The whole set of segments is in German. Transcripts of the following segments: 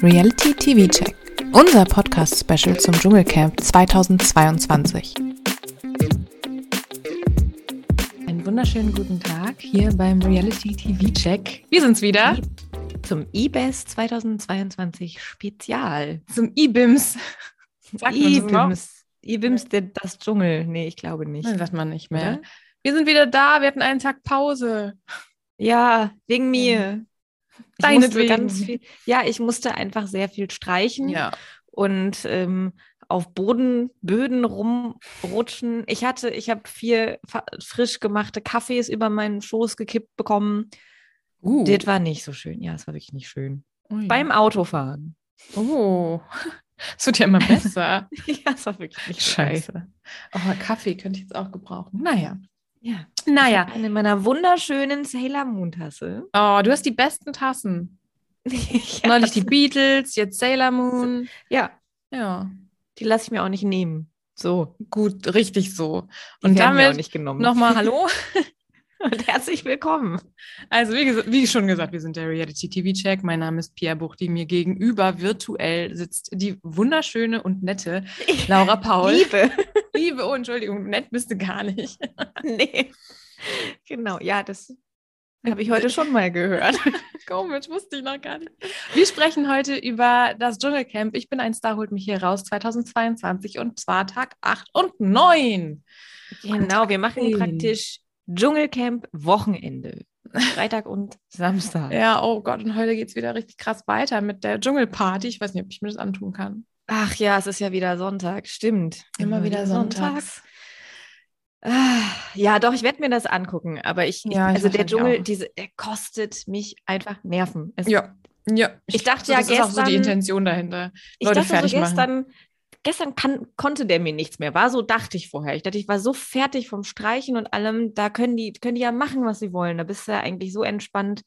Reality TV Check, unser Podcast-Special zum Dschungelcamp 2022. Einen wunderschönen guten Tag hier beim Reality TV Check. Wir sind's wieder. Zum IBES 2022 Spezial. Zum IBIMS. Sagt man so genau? noch? IBIMS. IBIMS, der, das Dschungel. Nee, ich glaube nicht. Nein, sagt man nicht mehr. Oder? Wir sind wieder da. Wir hatten einen Tag Pause. Ja, wegen mir. Ich musste Deinetwegen. ganz viel, ja, ich musste einfach sehr viel streichen Ja. und ähm, auf Boden, Böden rumrutschen. Ich hatte, ich habe vier fa- frisch gemachte Kaffees über meinen Schoß gekippt bekommen. Uh. Oh Das war nicht so schön. Ja, es war wirklich nicht schön. Ui. Beim Autofahren. Oh. Es wird ja immer besser. ja, es war wirklich nicht so Scheiße. besser. Aber Kaffee könnte ich jetzt auch gebrauchen. Naja. Ja. Naja. Eine meiner wunderschönen Sailor Moon Tasse. Oh, du hast die besten Tassen. ja. Neulich die Beatles, jetzt Sailor Moon. ja, Ja. die lasse ich mir auch nicht nehmen. So. Gut, richtig so. Die Und werden mir auch damit nicht genommen. nochmal Hallo. Und herzlich willkommen. Also, wie, gesa- wie schon gesagt, wir sind der Reality TV Check. Mein Name ist Pia Buchti. Mir gegenüber virtuell sitzt die wunderschöne und nette Laura Paul. Liebe. Liebe, oh, Entschuldigung, nett bist du gar nicht. nee. Genau, ja, das habe ich heute schon mal gehört. Komisch, wusste ich noch gar nicht. Wir sprechen heute über das Dschungelcamp. Ich bin ein Star, holt mich hier raus 2022 und zwar Tag 8 und 9. Genau, wir machen Schön. praktisch Dschungelcamp Wochenende. Freitag und Äh, Samstag. Ja, oh Gott, und heute geht es wieder richtig krass weiter mit der Dschungelparty. Ich weiß nicht, ob ich mir das antun kann. Ach ja, es ist ja wieder Sonntag, stimmt. Ah, Ja, doch, ich werde mir das angucken, aber ich, ich Ja, ich also der wahrscheinlich Dschungel, auch. diese, der kostet mich einfach Nerven. Es, Ja, ja. Ich dachte ja das ist auch so die gestern- Intention dahinter. ich Leute dachte fertig so machen. gestern, gestern kann, konnte der mir nichts mehr. War so, dachte ich vorher. Ich dachte, ich war so fertig vom Streichen und allem. Da können die, können die ja machen, was sie wollen. Da bist du ja eigentlich so entspannt.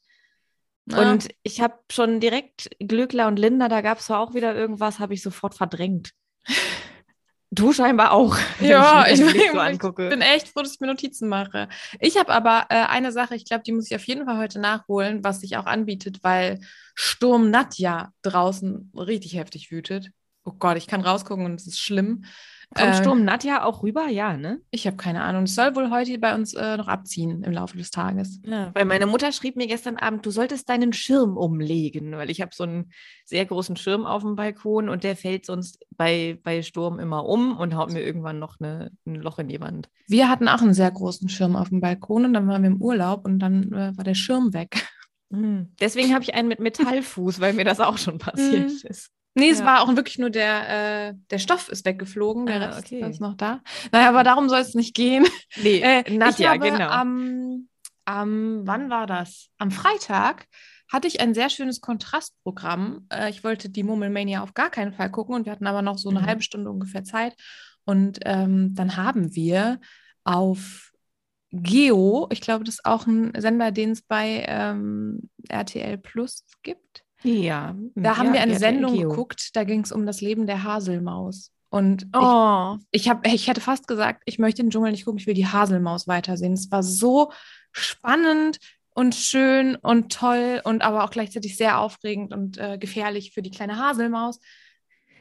Und ich habe schon direkt Glückler und Linda, da gab es auch wieder irgendwas, habe ich sofort verdrängt. Du scheinbar auch. wenn Ja, mir ich den Blick bin- so angucke. Ich bin echt froh, dass ich mir Notizen mache. Ich habe aber äh, eine Sache, ich glaube, die muss ich auf jeden Fall heute nachholen, was sich auch anbietet, weil Sturm Nadja draußen richtig heftig wütet. Oh Gott, ich kann rausgucken und es ist schlimm. Vom Äh, Sturm Nadja auch rüber, ja, ne? Ich habe keine Ahnung. Es soll wohl heute bei uns äh, noch abziehen im Laufe des Tages. Ja, weil meine Mutter schrieb mir gestern Abend, du solltest deinen Schirm umlegen, weil ich habe so einen sehr großen Schirm auf dem Balkon und der fällt sonst bei, bei Sturm immer um und haut mir irgendwann noch eine, ein Loch in die Wand. Wir hatten auch einen sehr großen Schirm auf dem Balkon und dann waren wir im Urlaub und dann äh, war der Schirm weg. Deswegen habe ich einen mit Metallfuß, weil mir das auch schon passiert Mhm. Mhm. ist. Nee, es Ja. war auch wirklich nur der, äh, der Stoff ist weggeflogen, der Ah, Rest ist okay. ganz noch da. Naja, aber darum soll es nicht gehen. Nee, Äh, ich Nadja, habe genau. am, am, wann war das? Am Freitag hatte ich ein sehr schönes Kontrastprogramm. Äh, ich wollte die Murmelmania auf gar keinen Fall gucken und wir hatten aber noch so eine Mhm. halbe Stunde ungefähr Zeit. Und ähm, dann haben wir auf Geo, ich glaube, das ist auch ein Sender, den es bei ähm, RTL Plus gibt. ja, Da haben Hm, ja, wir eine ja, Sendung Geo. geguckt, da ging es um das Leben der Haselmaus. Und ich Oh, ich, hab, ich hätte fast gesagt, ich möchte den Dschungel nicht gucken, ich will die Haselmaus weitersehen. Es war so spannend und schön und toll und aber auch gleichzeitig sehr aufregend und äh, gefährlich für die kleine Haselmaus.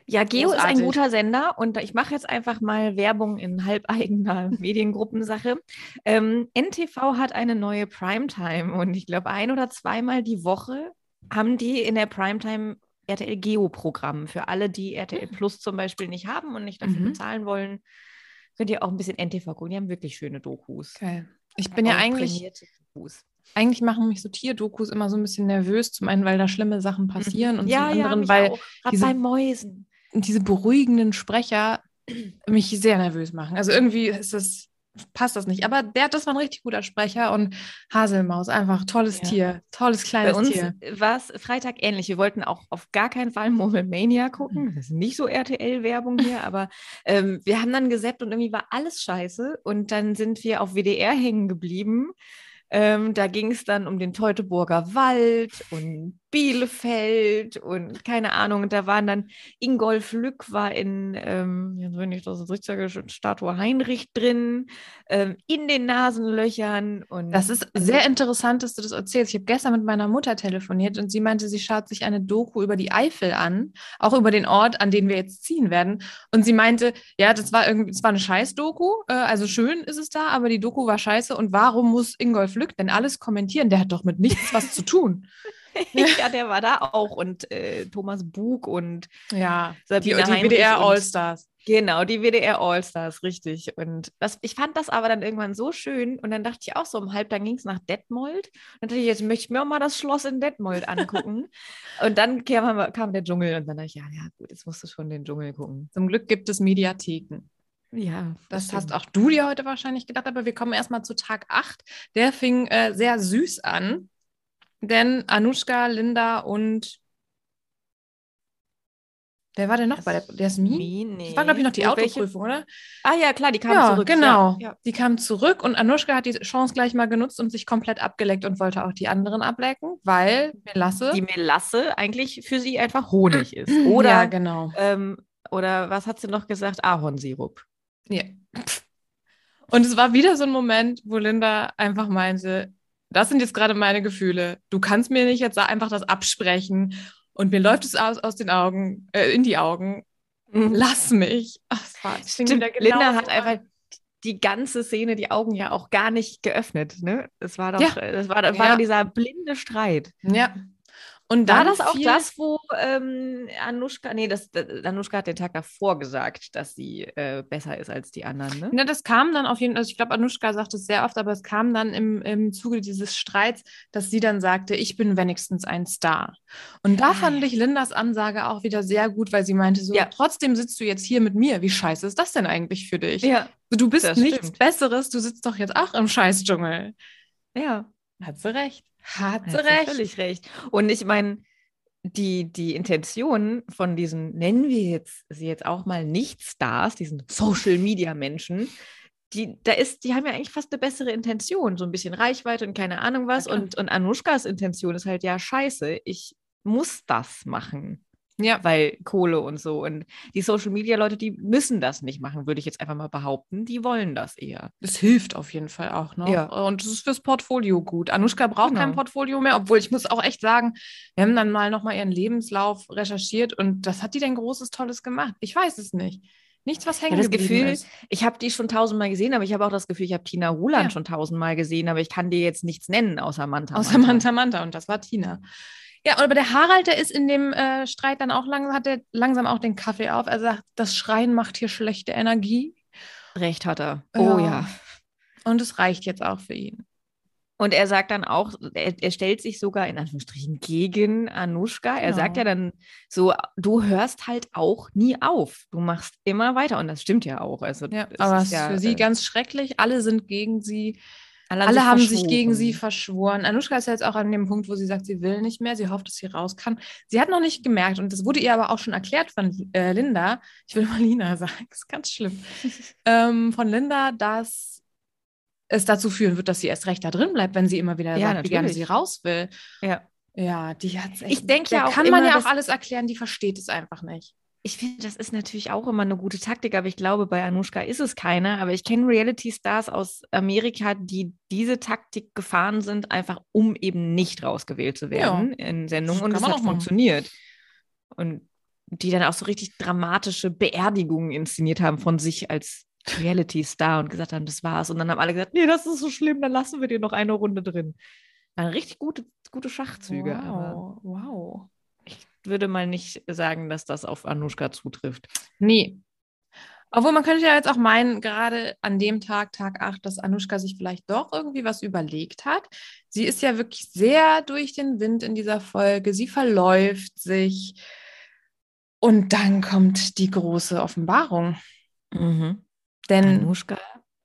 Ja, Geo ist ein Großartig. guter Sender und ich mache jetzt einfach mal Werbung in halbeigener Mediengruppensache. Ähm, NTV hat eine neue Primetime und ich glaube, ein oder zweimal die Woche haben die in der Primetime RTL Geo-Programm für alle, die RTL Plus zum Beispiel nicht haben und nicht dafür Mhm. bezahlen wollen. Könnt ihr auch ein bisschen NTV gucken. Die haben wirklich schöne Dokus. Geil. Ich bin ja Auch eigentlich, prämierte Dokus. eigentlich machen mich so Tierdokus immer so ein bisschen nervös. Zum einen, weil da schlimme Sachen passieren und Mhm. ja, zum ja, anderen, mich weil auch. Gerade diese- bei Mäusen. diese beruhigenden Sprecher mich sehr nervös machen. Also irgendwie ist das, passt das nicht. Aber der, das war ein richtig guter Sprecher und Haselmaus, einfach tolles Ja. Tier, tolles Bei kleines uns Tier. war es Freitag ähnlich. Wir wollten auch auf gar keinen Fall Murmelmania gucken. Mhm. Das ist nicht so RTL-Werbung hier, aber ähm, wir haben dann gesäppt und irgendwie war alles scheiße. Und dann sind wir auf WDR hängen geblieben. Ähm, da ging es dann um den Teutoburger Wald und Bielefeld und keine Ahnung. Und da waren dann Ingolf Lück war in, ähm, jetzt wenn ich das richtig sage, Statue Heinrich drin, ähm, in den Nasenlöchern und Das also ist sehr interessant, dass du das erzählst. Ich habe gestern mit meiner Mutter telefoniert und sie meinte, sie schaut sich eine Doku über die Eifel an, auch über den Ort, an den wir jetzt ziehen werden. Und sie meinte, ja, das war irgendwie, das war eine Scheiß-Doku. Äh, also schön ist es da, aber die Doku war scheiße. Und warum muss Ingolf Lück denn alles kommentieren? Der hat doch mit nichts was zu tun. ja, der war da auch und äh, Thomas Bug und Ja, die, Sabine die Heinrich WDR und- Allstars. Genau, die WDR Allstars, richtig. Und das, ich fand das aber dann irgendwann so schön. Und dann dachte ich auch so um halb, dann ging es nach Detmold. Und dann dachte ich, jetzt möchte ich mir auch mal das Schloss in Detmold angucken. und dann kam, kam der Dschungel und dann dachte ich, ja, ja, gut, jetzt musst du schon den Dschungel gucken. Zum Glück gibt es Mediatheken. Ja, Das hast auch du dir heute wahrscheinlich gedacht, aber wir kommen erstmal zu Tag 8. Der fing äh, sehr süß an, denn Anushka, Linda und wer war denn noch bei der Jasmin? Das war, glaube ich, noch die Autoprüfung, oder? Ah ja, klar, die kam ja, zurück. genau. Ja, Die kam zurück und Anushka hat die Chance gleich mal genutzt und sich komplett abgeleckt und wollte auch die anderen ablecken, weil Melasse ja. Die Melasse eigentlich für sie einfach Honig ist. Oder, ja, genau. ähm, oder was hat sie noch gesagt? Ahornsirup. Ja. Und es war wieder so ein Moment, wo Linda einfach meinte, das sind jetzt gerade meine Gefühle. Du kannst mir nicht jetzt einfach das absprechen. Und mir läuft es aus, aus den Augen, äh, in die Augen. Lass mich. Ach, es war, es fing Stimmt, wieder Mhm. genau Linda so hat an. einfach die ganze Szene die Augen ja auch gar nicht geöffnet. Ne? Es war doch, Ja. äh, es war, es Ja. war doch dieser blinde Streit. Ja. Und War dann das auch fiel- das, wo ähm, Anushka, nee, das, das, Anushka hat den Tag davor gesagt, dass sie äh, besser ist als die anderen, ne? Ne, das kam dann auf jeden Fall, also ich glaube, Anushka sagt es sehr oft, aber es kam dann im, im Zuge dieses Streits, dass sie dann sagte, ich bin wenigstens ein Star. Und da Ah, fand ja. ich Lindas Ansage auch wieder sehr gut, weil sie meinte so, Ja. trotzdem sitzt du jetzt hier mit mir. Wie scheiße ist das denn eigentlich für dich? Ja, Du bist das nichts stimmt. Besseres, du sitzt doch jetzt auch im Scheißdschungel. ja. Hat sie recht. Hat sie Hast du recht. Völlig recht. Und ich meine, die, die Intention von diesen, nennen wir jetzt sie jetzt auch mal Nicht-Stars, diesen Social-Media-Menschen, die, da ist, die haben ja eigentlich fast eine bessere Intention, so ein bisschen Reichweite und keine Ahnung was. Na klar. Und, und Anushkas Intention ist halt, ja, scheiße, ich muss das machen, Ja, weil Kohle und so. Und die Social-Media-Leute, die müssen das nicht machen, würde ich jetzt einfach mal behaupten. Die wollen das eher. es hilft auf jeden Fall auch noch. Ja. Und es ist fürs Portfolio gut. Anushka braucht Genau. kein Portfolio mehr, obwohl ich muss auch echt sagen, wir haben dann mal nochmal ihren Lebenslauf recherchiert und das hat die denn Großes, Tolles gemacht. Ich weiß es nicht. Nichts, was hängen das geblieben Gefühl, ist. Ich habe die schon tausendmal gesehen, aber ich habe auch das Gefühl, ich habe Tina Ruland Ja. schon tausendmal gesehen, aber ich kann dir jetzt nichts nennen außer Manta. Außer Manta Manta und das war Tina. Ja, aber der Harald, der ist in dem äh, Streit dann auch langsam, hat er langsam auch den Kaffee auf. Er sagt, das Schreien macht hier schlechte Energie Recht hat er. Ja. Oh ja. und es reicht jetzt auch für ihn. Und er sagt dann auch, er, er stellt sich sogar in Anführungsstrichen gegen Anushka. Er Genau. sagt ja dann so, du hörst halt auch nie auf. Du machst immer weiter. Und das stimmt ja auch. Also Ja, das aber ist es ist ja, für äh, sie ganz schrecklich. Alle sind gegen sie. haben Alle sich haben sich gegen verschworen. sie verschworen. Anushka ist ja jetzt auch an dem Punkt, wo sie sagt, sie will nicht mehr, sie hofft, dass sie raus kann. Sie hat noch nicht gemerkt, und das wurde ihr aber auch schon erklärt von äh, Linda, ich will mal Lina sagen, ist ganz schlimm, ähm, von Linda, dass es dazu führen wird, dass sie erst recht da drin bleibt, wenn sie immer wieder Ja, sagt, wie gerne sie natürlich. raus will. Ja. Ja, die hat Ich denk ja auch kann man immer, ja auch dass- alles erklären, die versteht es einfach nicht. Ich finde, das ist natürlich auch immer eine gute Taktik, aber ich glaube, bei Anushka ist es keine. Aber ich kenne Reality-Stars aus Amerika, die diese Taktik gefahren sind, einfach um eben nicht rausgewählt zu werden in Sendungen. Das Und kann das man hat auch machen. funktioniert. Und die dann auch so richtig dramatische Beerdigungen inszeniert haben von sich als Reality-Star und gesagt haben, das war's. Und dann haben alle gesagt, nee, das ist so schlimm, dann lassen wir dir noch eine Runde drin. Waren richtig gute, gute Schachzüge. Aber wow, wow. ich würde mal nicht sagen, dass das auf Anushka zutrifft. Nee. Obwohl man könnte ja jetzt auch meinen, gerade an dem Tag, Tag 8, dass Anushka sich vielleicht doch irgendwie was überlegt hat. Sie ist ja wirklich sehr durch den Wind in dieser Folge. Sie verläuft sich. Und dann kommt die große Offenbarung. Mhm. Denn Anushka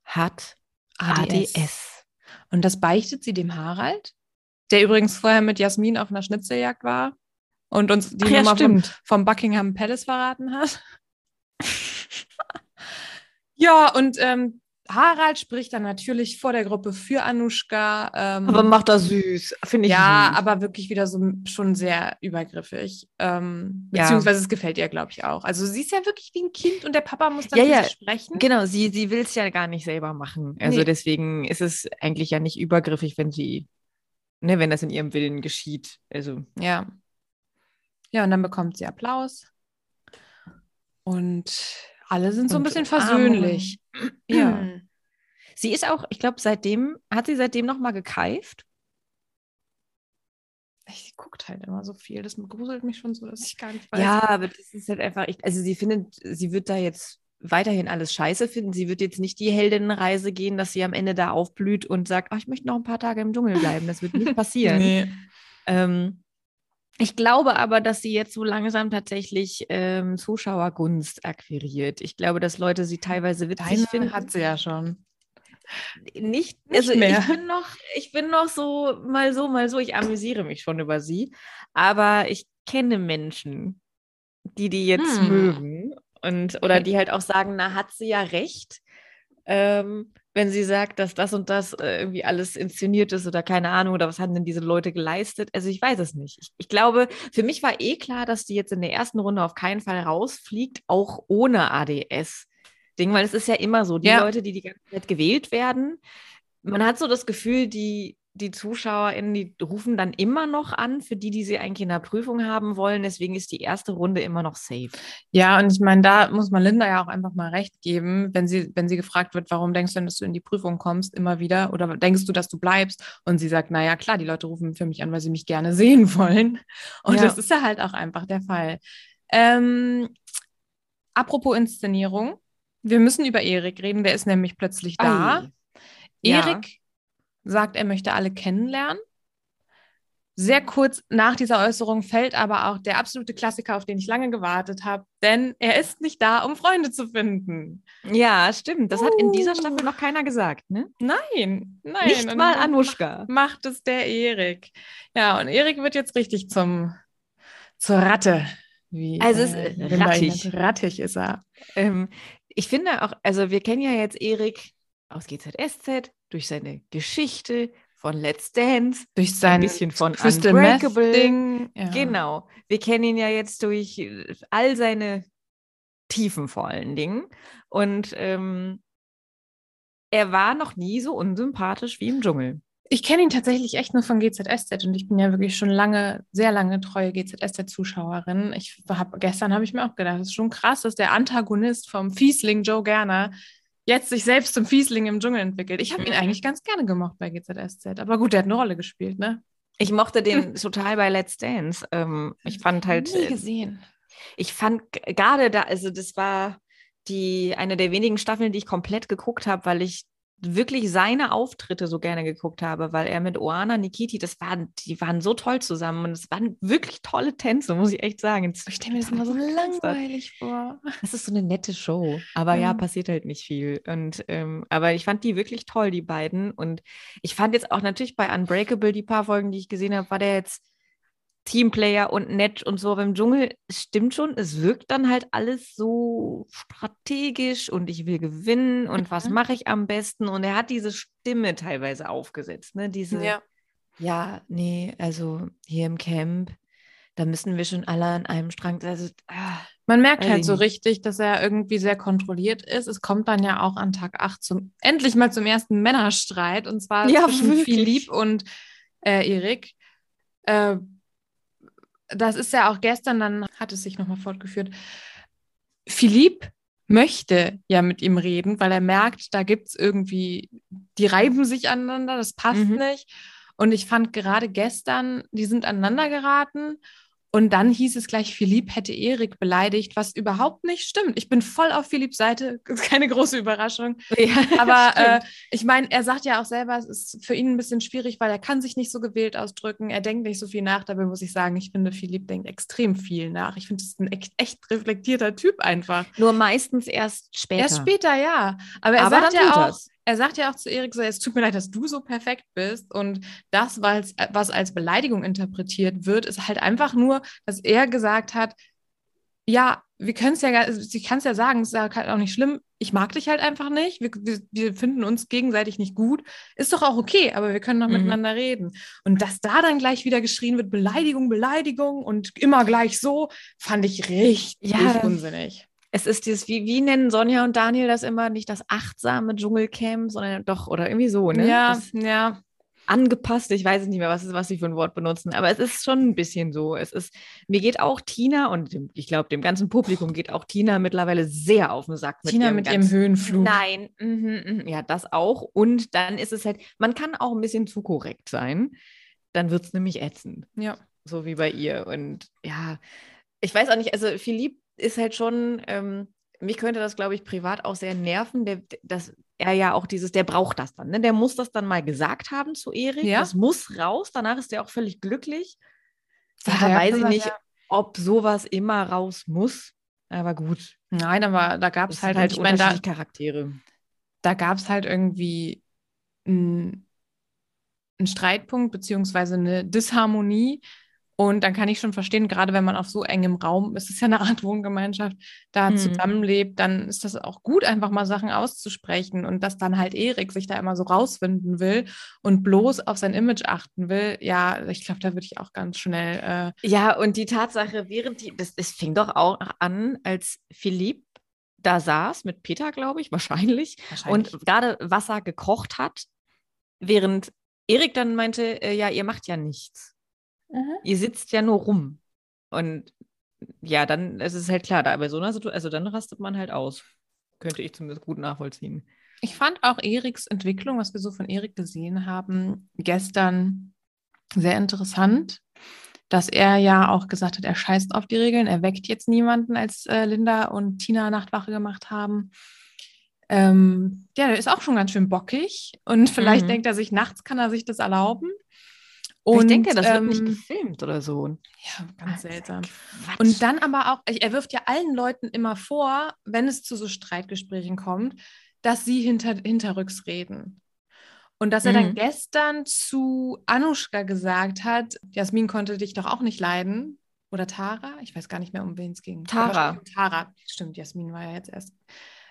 hat ADS. ADS. Und das beichtet sie dem Harald, der übrigens vorher mit Jasmin auf einer Schnitzeljagd war und uns die Ach ja, Nummer vom, stimmt. vom Buckingham Palace verraten hat. ja, und ähm, Harald spricht dann natürlich vor der Gruppe für Anushka. Ähm, Aber macht das süß, finde ich. ja, süß. aber wirklich wieder so m- schon sehr übergriffig. Ähm, Ja. beziehungsweise es gefällt ihr, glaube ich, auch. Also sie ist ja wirklich wie ein Kind und der Papa muss dann Ja, für ja. sie sprechen. Genau, sie, sie will es ja gar nicht selber machen. Also Nee. deswegen ist es eigentlich ja nicht übergriffig, wenn sie, ne, wenn das in ihrem Willen geschieht. Also Ja. Ja, und dann bekommt sie Applaus. Und alle sind so ein Und bisschen Umarmung. versöhnlich. ja. Sie ist auch, ich glaube, seitdem, hat sie seitdem nochmal gekeift? Ich guckt halt immer so viel. Das gruselt mich schon so, dass ich gar nicht weiß. Ja, aber das ist halt einfach, ich, also sie findet, sie wird da jetzt weiterhin alles scheiße finden. Sie wird jetzt nicht die Heldinnenreise gehen, dass sie am Ende da aufblüht und sagt, "Ah, ich möchte noch ein paar Tage im Dschungel bleiben. Das wird nicht passieren. Nee. Ähm, ich glaube aber, dass sie jetzt so langsam tatsächlich ähm, Zuschauergunst akquiriert. Ich glaube, dass Leute sie teilweise witzig Deine finden. hat sie ja schon. nicht, nicht also mehr. Ich, bin noch, ich bin noch so mal so, mal so. Ich amüsiere mich schon über sie. Aber ich kenne Menschen, die die jetzt Hm. mögen und oder Okay. die halt auch sagen, na, hat sie ja recht. Ähm, wenn sie sagt, dass das und das äh, irgendwie alles inszeniert ist oder keine Ahnung oder was haben denn diese Leute geleistet? Also ich weiß es nicht. Ich, ich glaube, für mich war eh klar, dass die jetzt in der ersten Runde auf keinen Fall rausfliegt, auch ohne ADS. Ding, weil es ist ja immer so, die Ja. Leute, die die ganze Zeit gewählt werden, man hat so das Gefühl, die, die ZuschauerInnen, die rufen dann immer noch an, für die, die sie eigentlich in der Prüfung haben wollen. Deswegen ist die erste Runde immer noch safe. Ja, und ich meine, da muss man Linda ja auch einfach mal recht geben, wenn sie, wenn sie gefragt wird, warum denkst du denn, dass du in die Prüfung kommst, immer wieder, oder denkst du, dass du bleibst? Und sie sagt, naja, klar, die Leute rufen für mich an, weil sie mich gerne sehen wollen. Und Ja. das ist ja halt auch einfach der Fall. Ähm, apropos Inszenierung, wir müssen über Erik reden, der ist nämlich plötzlich da. Ei. Ja. Erik sagt, er möchte alle kennenlernen. Sehr kurz nach dieser Äußerung fällt aber auch der absolute Klassiker, auf den ich lange gewartet habe, denn er ist nicht da, um Freunde zu finden. Ja, stimmt. Das hat in dieser Uh. Staffel noch keiner gesagt, ne? Nein, nein. Nicht Und mal dann Anuschka. Macht es der Erik. Ja, und Erik wird jetzt richtig zum, zur Ratte. Wie, Also es ist Linda ihn rattig. nennt. Rattig ist er. Ähm, ich finde auch, also wir kennen ja jetzt Erik aus GZSZ durch seine Geschichte von Let's Dance. Durch sein bisschen von Crystal Meth Unbreakable. Ding. Ja. Genau. Wir kennen ihn ja jetzt durch äh, all seine Tiefen vor allen Dingen. Und ähm, er war noch nie so unsympathisch wie im Dschungel. Ich kenne ihn tatsächlich echt nur von GZSZ und ich bin ja wirklich schon lange, sehr lange treue GZSZ-Zuschauerin. Ich hab, gestern habe ich mir auch gedacht, es ist schon krass, dass der Antagonist vom Fiesling Joe Gerner jetzt sich selbst zum Fiesling im Dschungel entwickelt. Ich habe ihn Mhm. eigentlich ganz gerne gemocht bei GZSZ, aber gut, der hat eine Rolle gespielt, ne? Ich mochte den total bei Let's Dance. Ähm, ich fand halt, nie äh, gesehen. ich fand g- gerade da, also das war die eine der wenigen Staffeln, die ich komplett geguckt habe, weil ich wirklich seine Auftritte so gerne geguckt habe, weil er mit Oana Nikiti, das waren, die waren so toll zusammen und es waren wirklich tolle Tänze, muss ich echt sagen. Ich stelle halt mir das immer so ne? langweilig vor. Das ist so eine nette Show, aber Ja. ja, passiert halt nicht viel. Und ähm, aber ich fand die wirklich toll, die beiden. Und ich fand jetzt auch natürlich bei Unbreakable die paar Folgen, die ich gesehen habe, war der jetzt Teamplayer und nett und so. Aber im Dschungel es stimmt schon, es wirkt dann halt alles so strategisch und ich will gewinnen und was Mhm. mache ich am besten. Und er hat diese Stimme teilweise aufgesetzt, ne? Diese ja, nee, also hier im Camp, da müssen wir schon alle an einem Strang. Also, ah. Man merkt Weiß halt ich so nicht. richtig, dass er irgendwie sehr kontrolliert ist. Es kommt dann ja auch an Tag 8 zum, endlich mal zum ersten Männerstreit und zwar Ja, zwischen wirklich. Philipp und äh, Erik. Äh, das ist ja auch gestern, dann hat es sich nochmal fortgeführt. Philipp möchte ja mit ihm reden, weil er merkt, da gibt es irgendwie, die reiben sich aneinander, das passt Mhm. nicht. Und ich fand gerade gestern, die sind aneinander geraten und dann hieß es gleich, Philipp hätte Erik beleidigt, was überhaupt nicht stimmt. Ich bin voll auf Philipps Seite, ist keine große Überraschung. Ja, Aber stimmt. äh, ich meine, er sagt ja auch selber, es ist für ihn ein bisschen schwierig, weil er kann sich nicht so gewählt ausdrücken, er denkt nicht so viel nach. Dabei muss ich sagen, ich finde, Philipp denkt extrem viel nach. Ich finde, es ist ein echt, echt reflektierter Typ einfach. Nur meistens erst später. Erst später, ja. Aber er Aber sagt dann ja tut auch, er's. er sagt ja auch zu Erik so, es tut mir leid, dass du so perfekt bist. Und das, was, was als Beleidigung interpretiert wird, ist halt einfach nur, dass er gesagt hat, ja, wir können es ja, gar- also ich kann es ja sagen, ist ja halt auch nicht schlimm. Ich mag dich halt einfach nicht. Wir, wir, wir finden uns gegenseitig nicht gut. Ist doch auch okay, aber wir können doch Mhm. miteinander reden. Und dass da dann gleich wieder geschrien wird, Beleidigung, Beleidigung und immer gleich so, fand ich richtig Ja. unsinnig. Es ist dieses, wie, wie nennen Sonja und Daniel das immer? Nicht das achtsame Dschungelcamp, sondern doch, oder irgendwie so, ne? Ja, Das ja. angepasst, ich weiß es nicht mehr, was, ist, was sie für ein Wort benutzen, aber es ist schon ein bisschen so. Es ist, mir geht auch Tina und dem, ich glaube, dem ganzen Publikum geht auch Tina mittlerweile sehr auf den Sack. Tina mit ihrem ganzen- Höhenflug. Nein, mhm, mhm. ja, das auch. Und dann ist es halt, man kann auch ein bisschen zu korrekt sein. Dann wird es nämlich ätzend. Ja. So wie bei ihr. Und ja, ich weiß auch nicht, also Philipp ist halt schon, ähm, mich könnte das, glaube ich, privat auch sehr nerven, der, dass er ja auch dieses, der braucht das dann, ne? Der muss das dann mal gesagt haben zu Erik. Ja. Das muss raus, danach ist er auch völlig glücklich. Hat er Daher ja weiß ich gesagt, nicht, ja. ob sowas immer raus muss. Aber gut, Nein, aber da gab das es sind halt, halt ich meine, da, unterschiedliche Charaktere. da gab es halt irgendwie einen, einen Streitpunkt beziehungsweise eine Disharmonie. Und dann kann ich schon verstehen, gerade wenn man auf so engem Raum, es ist ja eine Art Wohngemeinschaft, da Hm. zusammenlebt, dann ist das auch gut, einfach mal Sachen auszusprechen. Und dass dann halt Erik sich da immer so rausfinden will und bloß auf sein Image achten will, ja, ich glaube, da würde ich auch ganz schnell äh, Ja, und die Tatsache, während die, das, es fing doch auch an, als Philipp da saß, mit Peter, glaube ich, wahrscheinlich, wahrscheinlich- und gerade Wasser gekocht hat, während Erik dann meinte, äh, ja, ihr macht ja nichts. Ihr sitzt ja nur rum. Und ja, dann, es ist halt klar, da bei so einer Situation, also dann rastet man halt aus. Könnte ich zumindest gut nachvollziehen. Ich fand auch Eriks Entwicklung, was wir so von Erik gesehen haben, gestern sehr interessant, dass er ja auch gesagt hat, er scheißt auf die Regeln, er weckt jetzt niemanden, als äh, Linda und Tina Nachtwache gemacht haben. Ähm, ja, der ist auch schon ganz schön bockig und vielleicht Mhm. denkt er sich, nachts kann er sich das erlauben. ich Und, denke, das wird nicht Ah, ähm, gefilmt oder so. Ja, ganz seltsam. Quatsch. Und dann aber auch, er wirft ja allen Leuten immer vor, wenn es zu so Streitgesprächen kommt, dass sie hinter, hinterrücks reden. Und dass er dann Mhm. gestern zu Anushka gesagt hat, Jasmin konnte dich doch auch nicht leiden. Oder Tara? Ich weiß gar nicht mehr, um wen es ging. Tara. Aber stimmt, Tara. Stimmt, Jasmin war ja jetzt erst.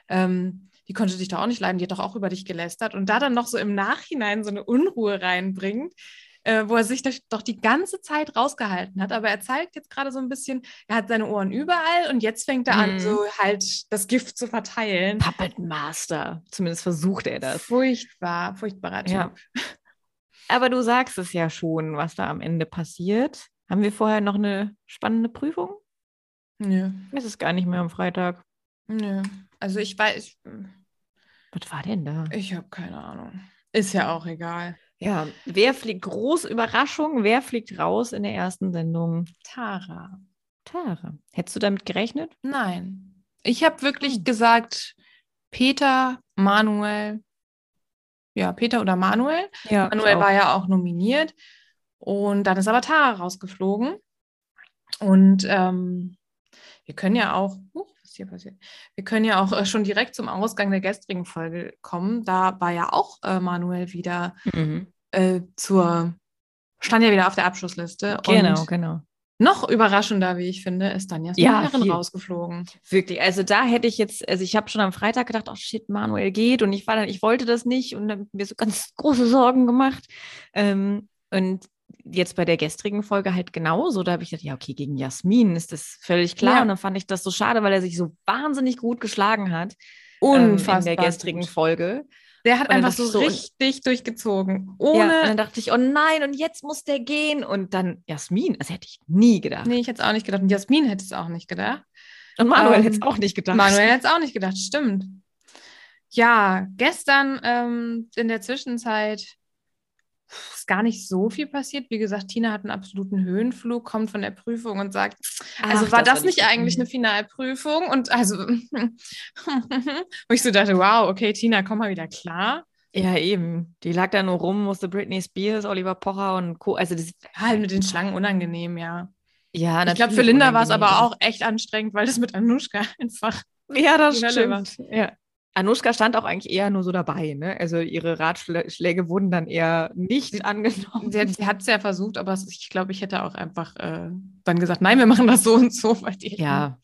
Ähm, die konnte dich doch auch nicht leiden, die hat doch auch über dich gelästert. Und da dann noch so im Nachhinein so eine Unruhe reinbringt, äh, wo er sich das doch die ganze Zeit rausgehalten hat. Aber er zeigt jetzt gerade so ein bisschen, er hat seine Ohren überall und jetzt fängt er an, Mhm. so halt das Gift zu verteilen. Puppet Master. Zumindest versucht er das. Furchtbar, furchtbarer Typ. Ja. Aber du sagst es ja schon, was da am Ende passiert. Haben wir vorher noch eine spannende Prüfung? Nö, Es ist gar nicht mehr am Freitag. nö. Also ich weiß, Was war denn da? ich habe keine Ahnung. Ist ja auch egal. Ja, wer fliegt groß Überraschung? Wer fliegt raus in der ersten Sendung? Tara. Tara. Hättest du damit gerechnet? Nein. Ich habe Hm. wirklich gesagt, Peter, Manuel. Ja, Peter oder Manuel. Ja. Manuel war ja auch nominiert. Und dann ist aber Tara rausgeflogen. Und ähm, wir können ja auch, huch, was ist hier passiert? Wir können ja auch äh, schon direkt zum Ausgang der gestrigen Folge kommen. Da war ja auch äh, Manuel wieder Mhm. äh, zur, stand ja wieder auf der Abschlussliste. Genau, Und genau. noch überraschender, wie ich finde, ist dann Jasmin Ja, Herren viel. rausgeflogen. Wirklich, also da hätte ich jetzt, also ich habe schon am Freitag gedacht, oh shit, Manuel geht und ich war dann, ich wollte das nicht und dann mir so ganz große Sorgen gemacht. Ähm, und jetzt bei der gestrigen Folge halt genauso, da habe ich gedacht, ja, okay, gegen Jasmin ist das völlig klar. Ja. Und dann fand ich das so schade, weil er sich so wahnsinnig gut geschlagen hat ähm, in Unfassbar. der gestrigen gut. Folge. Der hat Und dann einfach dachte so, ich so, und- richtig durchgezogen. Ja, und Ohne. dann dachte ich, oh nein, und jetzt muss der gehen. Und dann Jasmin, das hätte ich nie gedacht. nee, ich hätte es auch nicht gedacht. Und Jasmin hätte es auch nicht gedacht. Und Manuel ähm, hätte es auch nicht gedacht. Manuel hat es auch nicht gedacht, stimmt. Ja, gestern ähm, in der Zwischenzeit ist gar nicht so viel passiert. Wie gesagt, Tina hat einen absoluten Höhenflug, kommt von der Prüfung und sagt, also Ach, war das, war nicht eigentlich eine Finalprüfung? Und also, wo ich so dachte, wow, okay, Tina, komm mal wieder klar. Ja, eben. Die lag da nur rum, musste Britney Spears, Oliver Pocher und Co. Also das War Halt mit den Schlangen unangenehm, ja. ja, ich glaube, für natürlich Linda war es unangenehm. aber auch echt anstrengend, weil das mit Anushka einfach. Ja, das die Hölle stimmt. Ja. Anushka stand auch eigentlich eher nur so dabei, ne? Also ihre Ratschläge wurden dann eher nicht angenommen. Sie hat sie hat's ja versucht, aber es- ich glaube, ich hätte auch einfach äh, dann gesagt, nein, wir machen das so und so, weil die ja,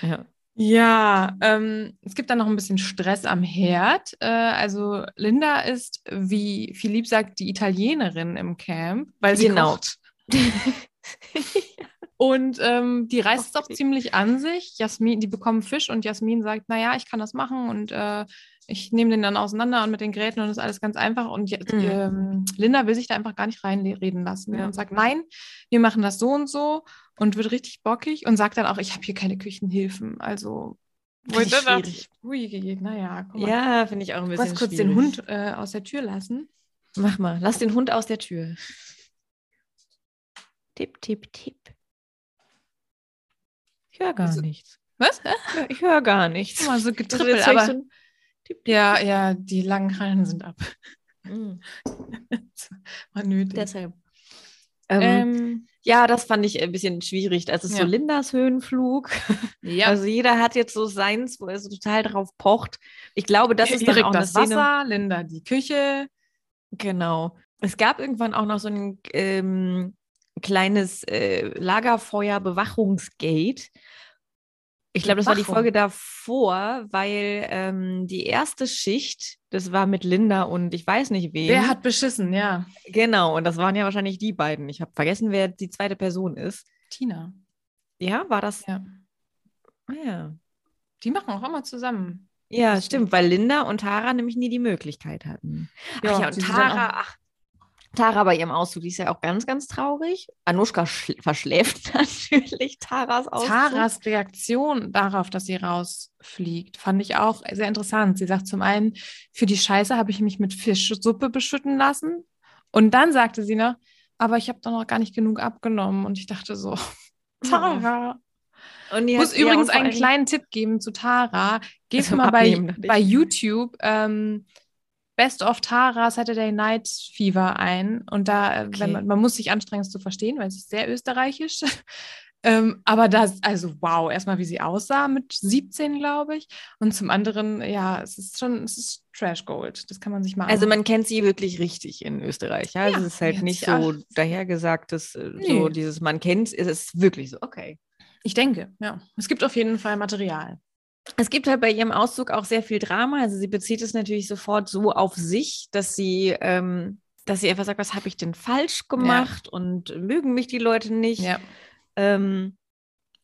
Ja. Ja, ähm, es gibt dann noch ein bisschen Stress am Herd. Äh, also Linda ist, wie Philipp sagt, die Italienerin im Camp, weil sie Genau. kocht. Und ähm, die reißt es auch Okay. ziemlich an sich. Jasmin, die bekommen Fisch und Jasmin sagt, naja, ich kann das machen und äh, ich nehme den dann auseinander und mit den Geräten und das ist alles ganz einfach. Und Ja- Mhm. ähm, Linda will sich da einfach gar nicht reinreden lassen ne, Ja. und sagt, nein, wir machen das so und so und wird richtig bockig und sagt dann auch, ich habe hier keine Küchenhilfen. Also, wo ich Richtig dann dachte, schwierig. Oh ui, naja, guck mal, ja, finde ich auch ein du bisschen. hast kurz den schwierig. Hund äh, aus der Tür lassen. Mach mal, lass den Hund aus der Tür. Tipp, tipp, tipp. Ich höre gar Also- nichts. Was? Hä? Ich höre gar nichts. Guck mal, so Das ist getrippelt, jetzt vielleicht aber so ein tipp, tipp. ja, ja, die langen Krallen sind ab. Mhm. War nötig. Deshalb. Ähm, Ähm, ja, das fand ich ein bisschen schwierig. Das ist so Ja. Lindas Höhenflug. ja, Also jeder hat jetzt so seins, wo er so total drauf pocht. Ich glaube, das ist dann direkt auch das eine Szene, Wasser, Linda die Küche. Genau. Es gab irgendwann auch noch so ein ähm, kleines äh, Lagerfeuer-Bewachungsgate. Ich glaube, das war die Bewachung. Folge davor, weil ähm, die erste Schicht, das war mit Linda und ich weiß nicht wen. Wer hat beschissen? Ja, genau, und das waren ja wahrscheinlich die beiden. Ich habe vergessen, wer die zweite Person ist. Tina. Ja, war das? Ja. Ah, ja. Die machen auch immer zusammen. ja, Das stimmt, weil Linda und Tara nämlich nie die Möglichkeit hatten. Ach ja, die und sind dann Tara, ach, Tara bei ihrem Auszug, die ist ja auch ganz, ganz traurig. Anushka schl- verschläft natürlich Taras auch- Auszug. Taras Reaktion darauf, dass sie rausfliegt, fand ich auch sehr interessant. Sie sagt zum einen, für die Scheiße habe ich mich mit Fischsuppe beschütten lassen. Und dann sagte sie noch, aber ich habe doch noch gar nicht genug abgenommen. Und ich dachte so, Tara. Und die Ich muss hat- ja, übrigens und vor einen allem- kleinen Tipp geben zu Tara. Geht Zum mal bei, Abnehmen, dachte ich. bei YouTube ähm, Best of Tara Saturday Night Fever ein. Und da, äh, Okay. wenn man, man muss sich anstrengen, es zu verstehen, weil es ist sehr österreichisch. ähm, aber das, also wow, erstmal wie sie aussah mit 17, glaube ich. Und zum anderen, ja, es ist schon, es ist Trash Gold. Das kann man sich mal Also angucken. man kennt sie wirklich richtig in Österreich. Ja? Ja, es ist die halt hat nicht sich auch- so dahergesagtes, äh, Nee. so dieses man kennt, es ist wirklich so, okay. Ich denke, ja. Es gibt auf jeden Fall Material. Es gibt halt bei ihrem Auszug auch sehr viel Drama. Also sie bezieht es natürlich sofort so auf sich, dass sie, ähm, dass sie einfach sagt, was habe ich denn falsch gemacht und mögen mich die Leute nicht. Ja. Ähm,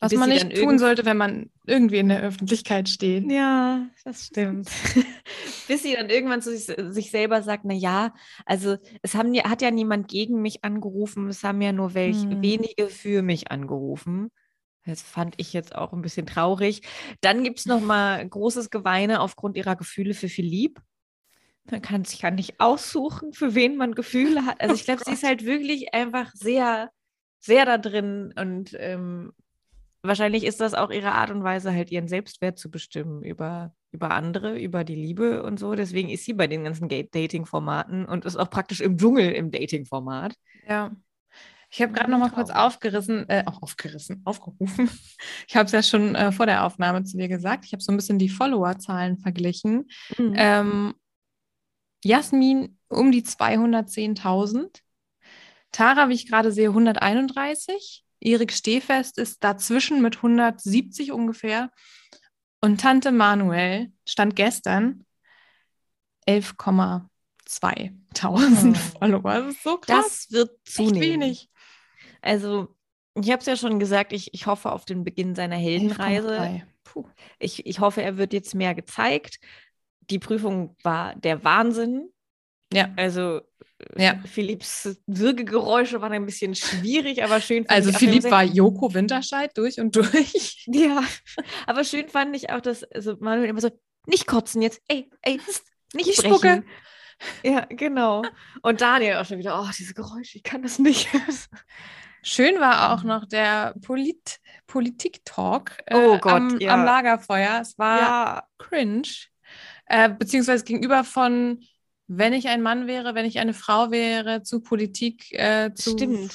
Was bis man sie nicht dann tun sollte, wenn man irgendwie in der Öffentlichkeit steht. Ja, das stimmt. Bis sie dann irgendwann zu sich, sich selber sagt, na ja, also es haben, ja- hat ja niemand gegen mich angerufen, es haben ja nur welch, Hm. wenige für mich angerufen. Das fand ich jetzt auch ein bisschen traurig. Dann gibt es nochmal großes Geweine aufgrund ihrer Gefühle für Philipp. Man kann sich ja nicht aussuchen, für wen man Gefühle hat. Also ich glaube, sie ist halt wirklich einfach sehr, sehr da drin und ähm, wahrscheinlich ist das auch ihre Art und Weise, halt ihren Selbstwert zu bestimmen über, über andere, über die Liebe und so. Deswegen ist sie bei den ganzen Ga- Dating-Formaten und ist auch praktisch im Dschungel im Dating-Format. Ja. Ich habe Ja, gerade noch mal kurz traurig. aufgerissen, äh, auch aufgerissen, aufgerufen. Ich habe es ja schon äh, vor der Aufnahme zu dir gesagt. Ich habe so ein bisschen die Followerzahlen verglichen. Äh, Ähm, Jasmin um die 210.000. Tara, wie ich gerade sehe, 131. Erik Stehfest ist dazwischen mit 170 ungefähr. Und Tante Manuel stand gestern 11,2.000 Wow. Follower. Das ist so krass. Oh. das wird Echt zunehmen. wenig. Also, ich habe es ja schon gesagt, ich, ich hoffe auf den Beginn seiner Heldenreise. 11,3. Puh. Ich, ich hoffe, er wird jetzt mehr gezeigt. Die Prüfung war der Wahnsinn. Ja. Also, Ja. Philipps Würgegeräusche waren ein bisschen schwierig, aber schön. fand Also ich auf jeden Philipp Fall- war Joko Winterscheid durch und durch. Ja, aber schön fand ich auch, dass also Manuel immer so, nicht kotzen jetzt, ey, ey, pst, nicht Nicht sprechen. spucke. Ja, genau. Und Daniel auch schon wieder, oh, diese Geräusche, ich kann das nicht. Schön war auch noch der Polit Politik-Talk äh, Oh Gott, am, ja. am Lagerfeuer. Es war ja, cringe. Äh, beziehungsweise gegenüber von wenn ich ein Mann wäre, wenn ich eine Frau wäre, zu Politik, äh, zu. stimmt.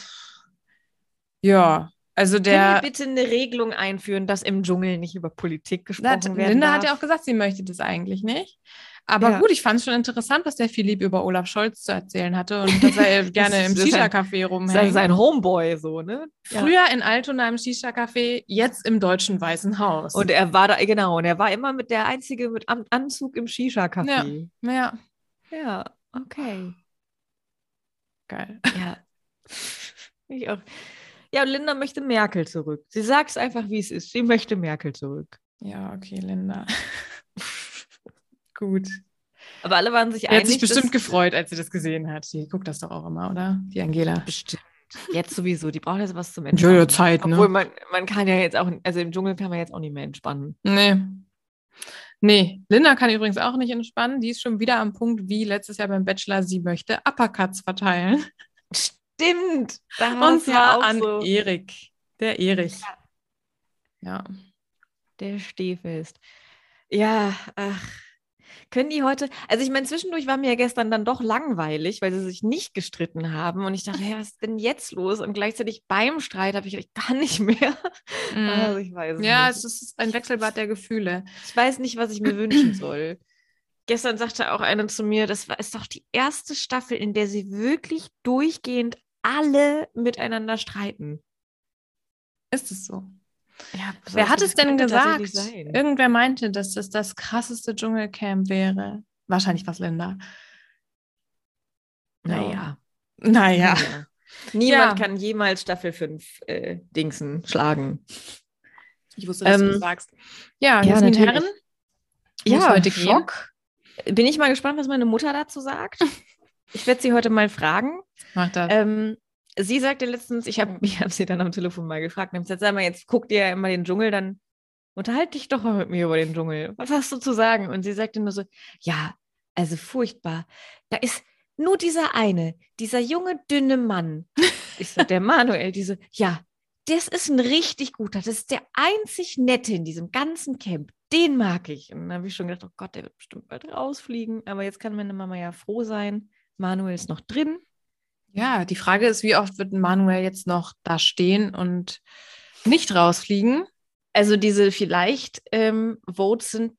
Ja. Also der. Können wir bitte eine Regelung einführen, dass im Dschungel nicht über Politik Na, gesprochen hat- werden Linda darf? hat ja auch gesagt, sie möchte das eigentlich nicht. Aber Ja. gut, ich fand es schon interessant, was der Philipp über Olaf Scholz zu erzählen hatte und dass er gerne ist- im das ist ein- Shisha-Café Sein, rumhängt. sein Homeboy so, ne? um Ja. Früher in Altona im Shisha-Café, jetzt im Deutschen Weißen Haus. Und er war da, genau, und er war immer mit der Einzige mit Am Anzug im Shisha-Café. ja, Ja. okay. geil. Ja. ich auch. Ja, und Linda möchte Merkel zurück. Sie sagt es einfach, wie es ist. Sie möchte Merkel zurück. Ja, okay, Linda. gut. Aber alle waren sich Er einig. hat sich bestimmt dass- gefreut, als sie das gesehen hat. Die guckt das doch auch immer, oder? Die Angela. Bestimmt. Jetzt sowieso. Die brauchen jetzt was zum Ja, Entspannen. ja, Zeit, Obwohl ne? man, man kann ja jetzt auch, also im Dschungel kann man jetzt auch nicht mehr entspannen. Nee. Nee, Linda kann übrigens auch nicht entspannen. Die ist schon wieder am Punkt, wie letztes Jahr beim Bachelor, sie möchte Uppercuts verteilen. Stimmt. Da Und war's Oh, ja zwar auch an so. Erik. Der Erik. Ja. Der Stehfest. Ja, ach. Können die heute, also ich meine, zwischendurch war mir ja gestern dann doch langweilig, weil sie sich nicht gestritten haben. Und ich dachte, hey, was ist denn jetzt los? Und gleichzeitig beim Streit habe ich gedacht, ich kann nicht mehr. Also ich weiß es Mm. Ja, nicht. es ist ein Wechselbad der Gefühle. Ich weiß nicht, was ich mir wünschen soll. Gestern sagte auch einer zu mir, das war, ist doch die erste Staffel, in der sie wirklich durchgehend alle miteinander streiten. Ist es so? Ja, sowas- Wer hat das es denn könnte gesagt? tatsächlich sein. Irgendwer meinte, dass das das krasseste Dschungelcamp wäre. Wahrscheinlich was Linda. Naja. Naja. Ja. Niemand Ja. kann jemals Staffel 5 äh, Dingsen schlagen. Ich wusste, dass du Ähm, das sagst. Ja, ja, Jasmin natürlich. Herren. muss heute gehen. Bin ich mal gespannt, was meine Mutter dazu sagt. Ich werde sie heute mal fragen. Mach das. Ähm, sie sagte letztens, ich habe ich hab sie dann am Telefon mal gefragt, und hab gesagt, sag mal, jetzt guckt ihr ja immer den Dschungel, dann unterhalt dich doch mal mit mir über den Dschungel. Was hast du zu sagen? Und sie sagte nur so, ja, also furchtbar. Da ist nur dieser eine, dieser junge, dünne Mann. Ich so, der Manuel, diese, ja, das ist ein richtig guter, das ist der einzig Nette in diesem ganzen Camp. Den mag ich. Und dann habe ich schon gedacht, oh Gott, der wird bestimmt bald rausfliegen. Aber jetzt kann meine Mama ja froh sein. Manuel ist noch drin. ja, die Frage ist, wie oft wird Manuel jetzt noch da stehen und nicht rausfliegen? Also diese vielleicht ähm, Votes sind,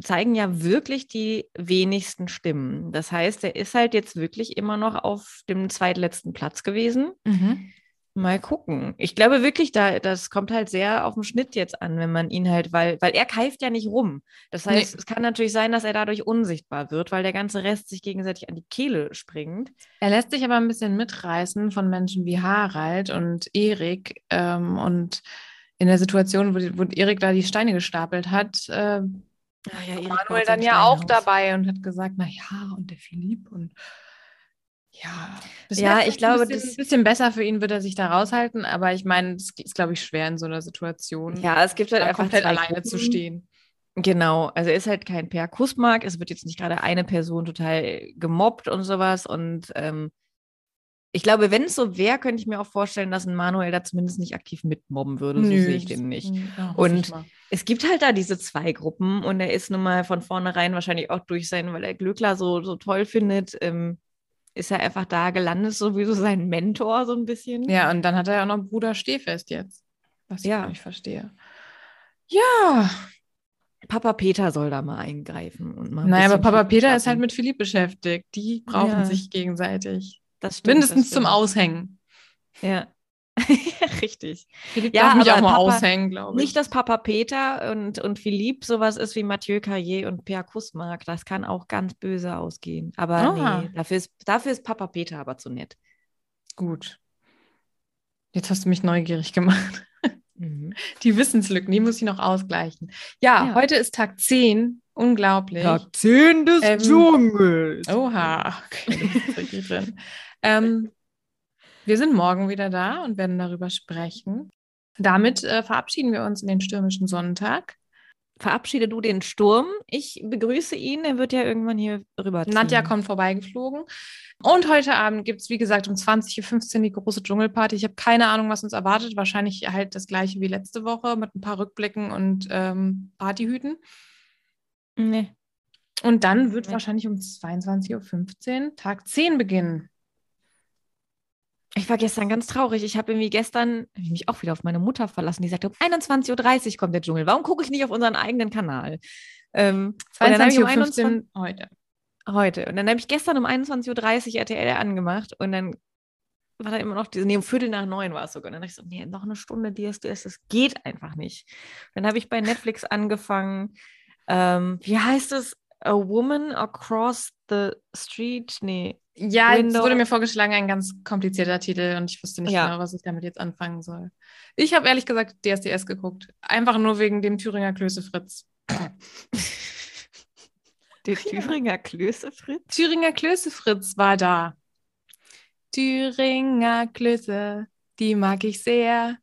zeigen ja wirklich die wenigsten Stimmen. Das heißt, er ist halt jetzt wirklich immer noch auf dem zweitletzten Platz gewesen. Mhm. Mal gucken. Ich glaube wirklich, da, das kommt halt sehr auf den Schnitt jetzt an, wenn man ihn halt, weil, weil er keift ja nicht rum. Das heißt, es kann natürlich sein, dass er dadurch unsichtbar wird, weil der ganze Rest sich gegenseitig an die Kehle springt. Er lässt sich aber ein bisschen mitreißen von Menschen wie Harald und Erik. Ähm, und in der Situation, wo, die- wo Erik da die Steine gestapelt hat, äh, Ach ja, Erik Manuel baut dann sein ja auch Steinhaus. dabei und hat gesagt, na ja, und der Philipp und ja. Bis Ja, jetzt ich ist glaube, ein bisschen, das- bisschen besser für ihn wird er sich da raushalten, aber ich meine, es ist, glaube ich, schwer in so einer Situation, Ja, es gibt halt da einfach komplett zwei alleine zu Gruppen. stehen. Genau, also er ist halt kein Per Kussmark, es wird jetzt nicht gerade eine Person total gemobbt und sowas. Und ähm, ich glaube, wenn es so wäre, könnte ich mir auch vorstellen, dass ein Manuel da zumindest nicht aktiv mitmobben würde. so sehe ich das- mhm. den nicht. Hm, Ja, hoffe Und- ich mal. Es gibt halt da diese zwei Gruppen und er ist nun mal von vornherein wahrscheinlich auch durch sein, weil er Glöckler so, so toll findet, ähm, ist er einfach da gelandet, so wie so sein Mentor so ein bisschen. Ja, und dann hat er ja auch noch Bruder Stehfest jetzt, was ich Ja. gar nicht verstehe. Ja, Papa Peter soll da mal eingreifen und mal. ein naja, aber bisschen Papa Peter ist schaffen. halt mit Philipp beschäftigt. Die brauchen Ja. sich gegenseitig. Das stimmt, das Mindestens zum stimmt. Aushängen. Ja. Richtig. Philipp Ja, darf mich aber auch mal Papa- aushängen, glaube ich. Nicht, dass Papa Peter und, und Philipp sowas ist wie Mathieu Carrier und Pierre Kussmark. Das kann auch ganz böse ausgehen. Aber Aha. nee, dafür ist, dafür ist Papa Peter aber zu nett. Gut. Jetzt hast du mich neugierig gemacht. Die Wissenslücken, die muss ich noch ausgleichen. Mhm. Ja, Ja. heute ist Tag 10. Unglaublich. 10 des Ähm, Dschungels. Oha, okay, das ist richtig drin. Ähm, wir sind morgen wieder da und werden darüber sprechen. Damit äh, verabschieden wir uns in den stürmischen Sonntag. Verabschiede du den Sturm. Ich begrüße ihn. Er wird ja irgendwann hier rüberziehen. Nadja kommt vorbeigeflogen. Und heute Abend gibt es, wie gesagt, um 20.15 Uhr die große Dschungelparty. Ich habe keine Ahnung, was uns erwartet. Wahrscheinlich halt das gleiche wie letzte Woche mit ein paar Rückblicken und ähm, Partyhüten. Nee. Und dann wird Ja. wahrscheinlich um 22.15 Uhr Tag 10 beginnen. Ich war gestern ganz traurig. Ich habe irgendwie gestern hab ich mich auch wieder auf meine Mutter verlassen. Die sagte, um 21.30 Uhr kommt der Dschungel. Warum gucke ich nicht auf unseren eigenen Kanal? Ähm, Oh, und dann habe ich um 21 heute. heute. Und dann habe ich gestern um 21.30 Uhr RTL angemacht und dann war da immer noch diese, nee, um Viertel nach neun war es sogar. Und dann dachte ich so, nee, noch eine Stunde DSDS, das geht einfach nicht. Dann habe ich bei Netflix angefangen, ähm, wie heißt es? A Woman Across the Street? Nee. Ja, es Window- wurde mir vorgeschlagen, ein ganz komplizierter Titel und ich wusste nicht Ja. genau, was ich damit jetzt anfangen soll. Ich habe ehrlich gesagt DSDS geguckt. Einfach nur wegen dem Thüringer Klöße Fritz. Der Thüringer Klöße, Fritz? Thüringer Klöße Fritz war da. Thüringer Klöße, die mag ich sehr.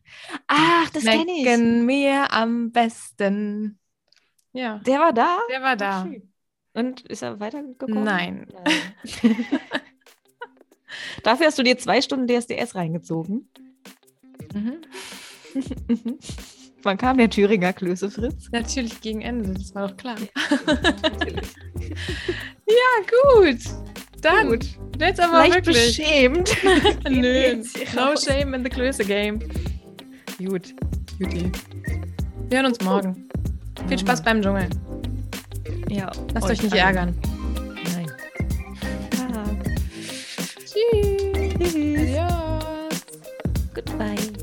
Ach, das kenne ich. Schmecken mir am besten. Ja, Der war da? der war Ach, da. schön. Und ist er weitergekommen? Nein. Nein. Dafür hast du dir zwei Stunden DSDS reingezogen. Mhm. Wann Mhm. kam der Thüringer Klöße, Fritz? Natürlich gegen Ende, das war doch klar. Natürlich. Ja, gut. Dann, Gut. jetzt aber Leicht wirklich. beschämt. Nö, Jetzt hier no raus. shame in the Klöße Game. Gut. Juti. Wir hören uns morgen. Mhm. Viel Spaß beim Dschungeln. Ja, Lasst euch nicht ärgern. Ah. Nein. Tschüss. Tschüss. Adios. Goodbye.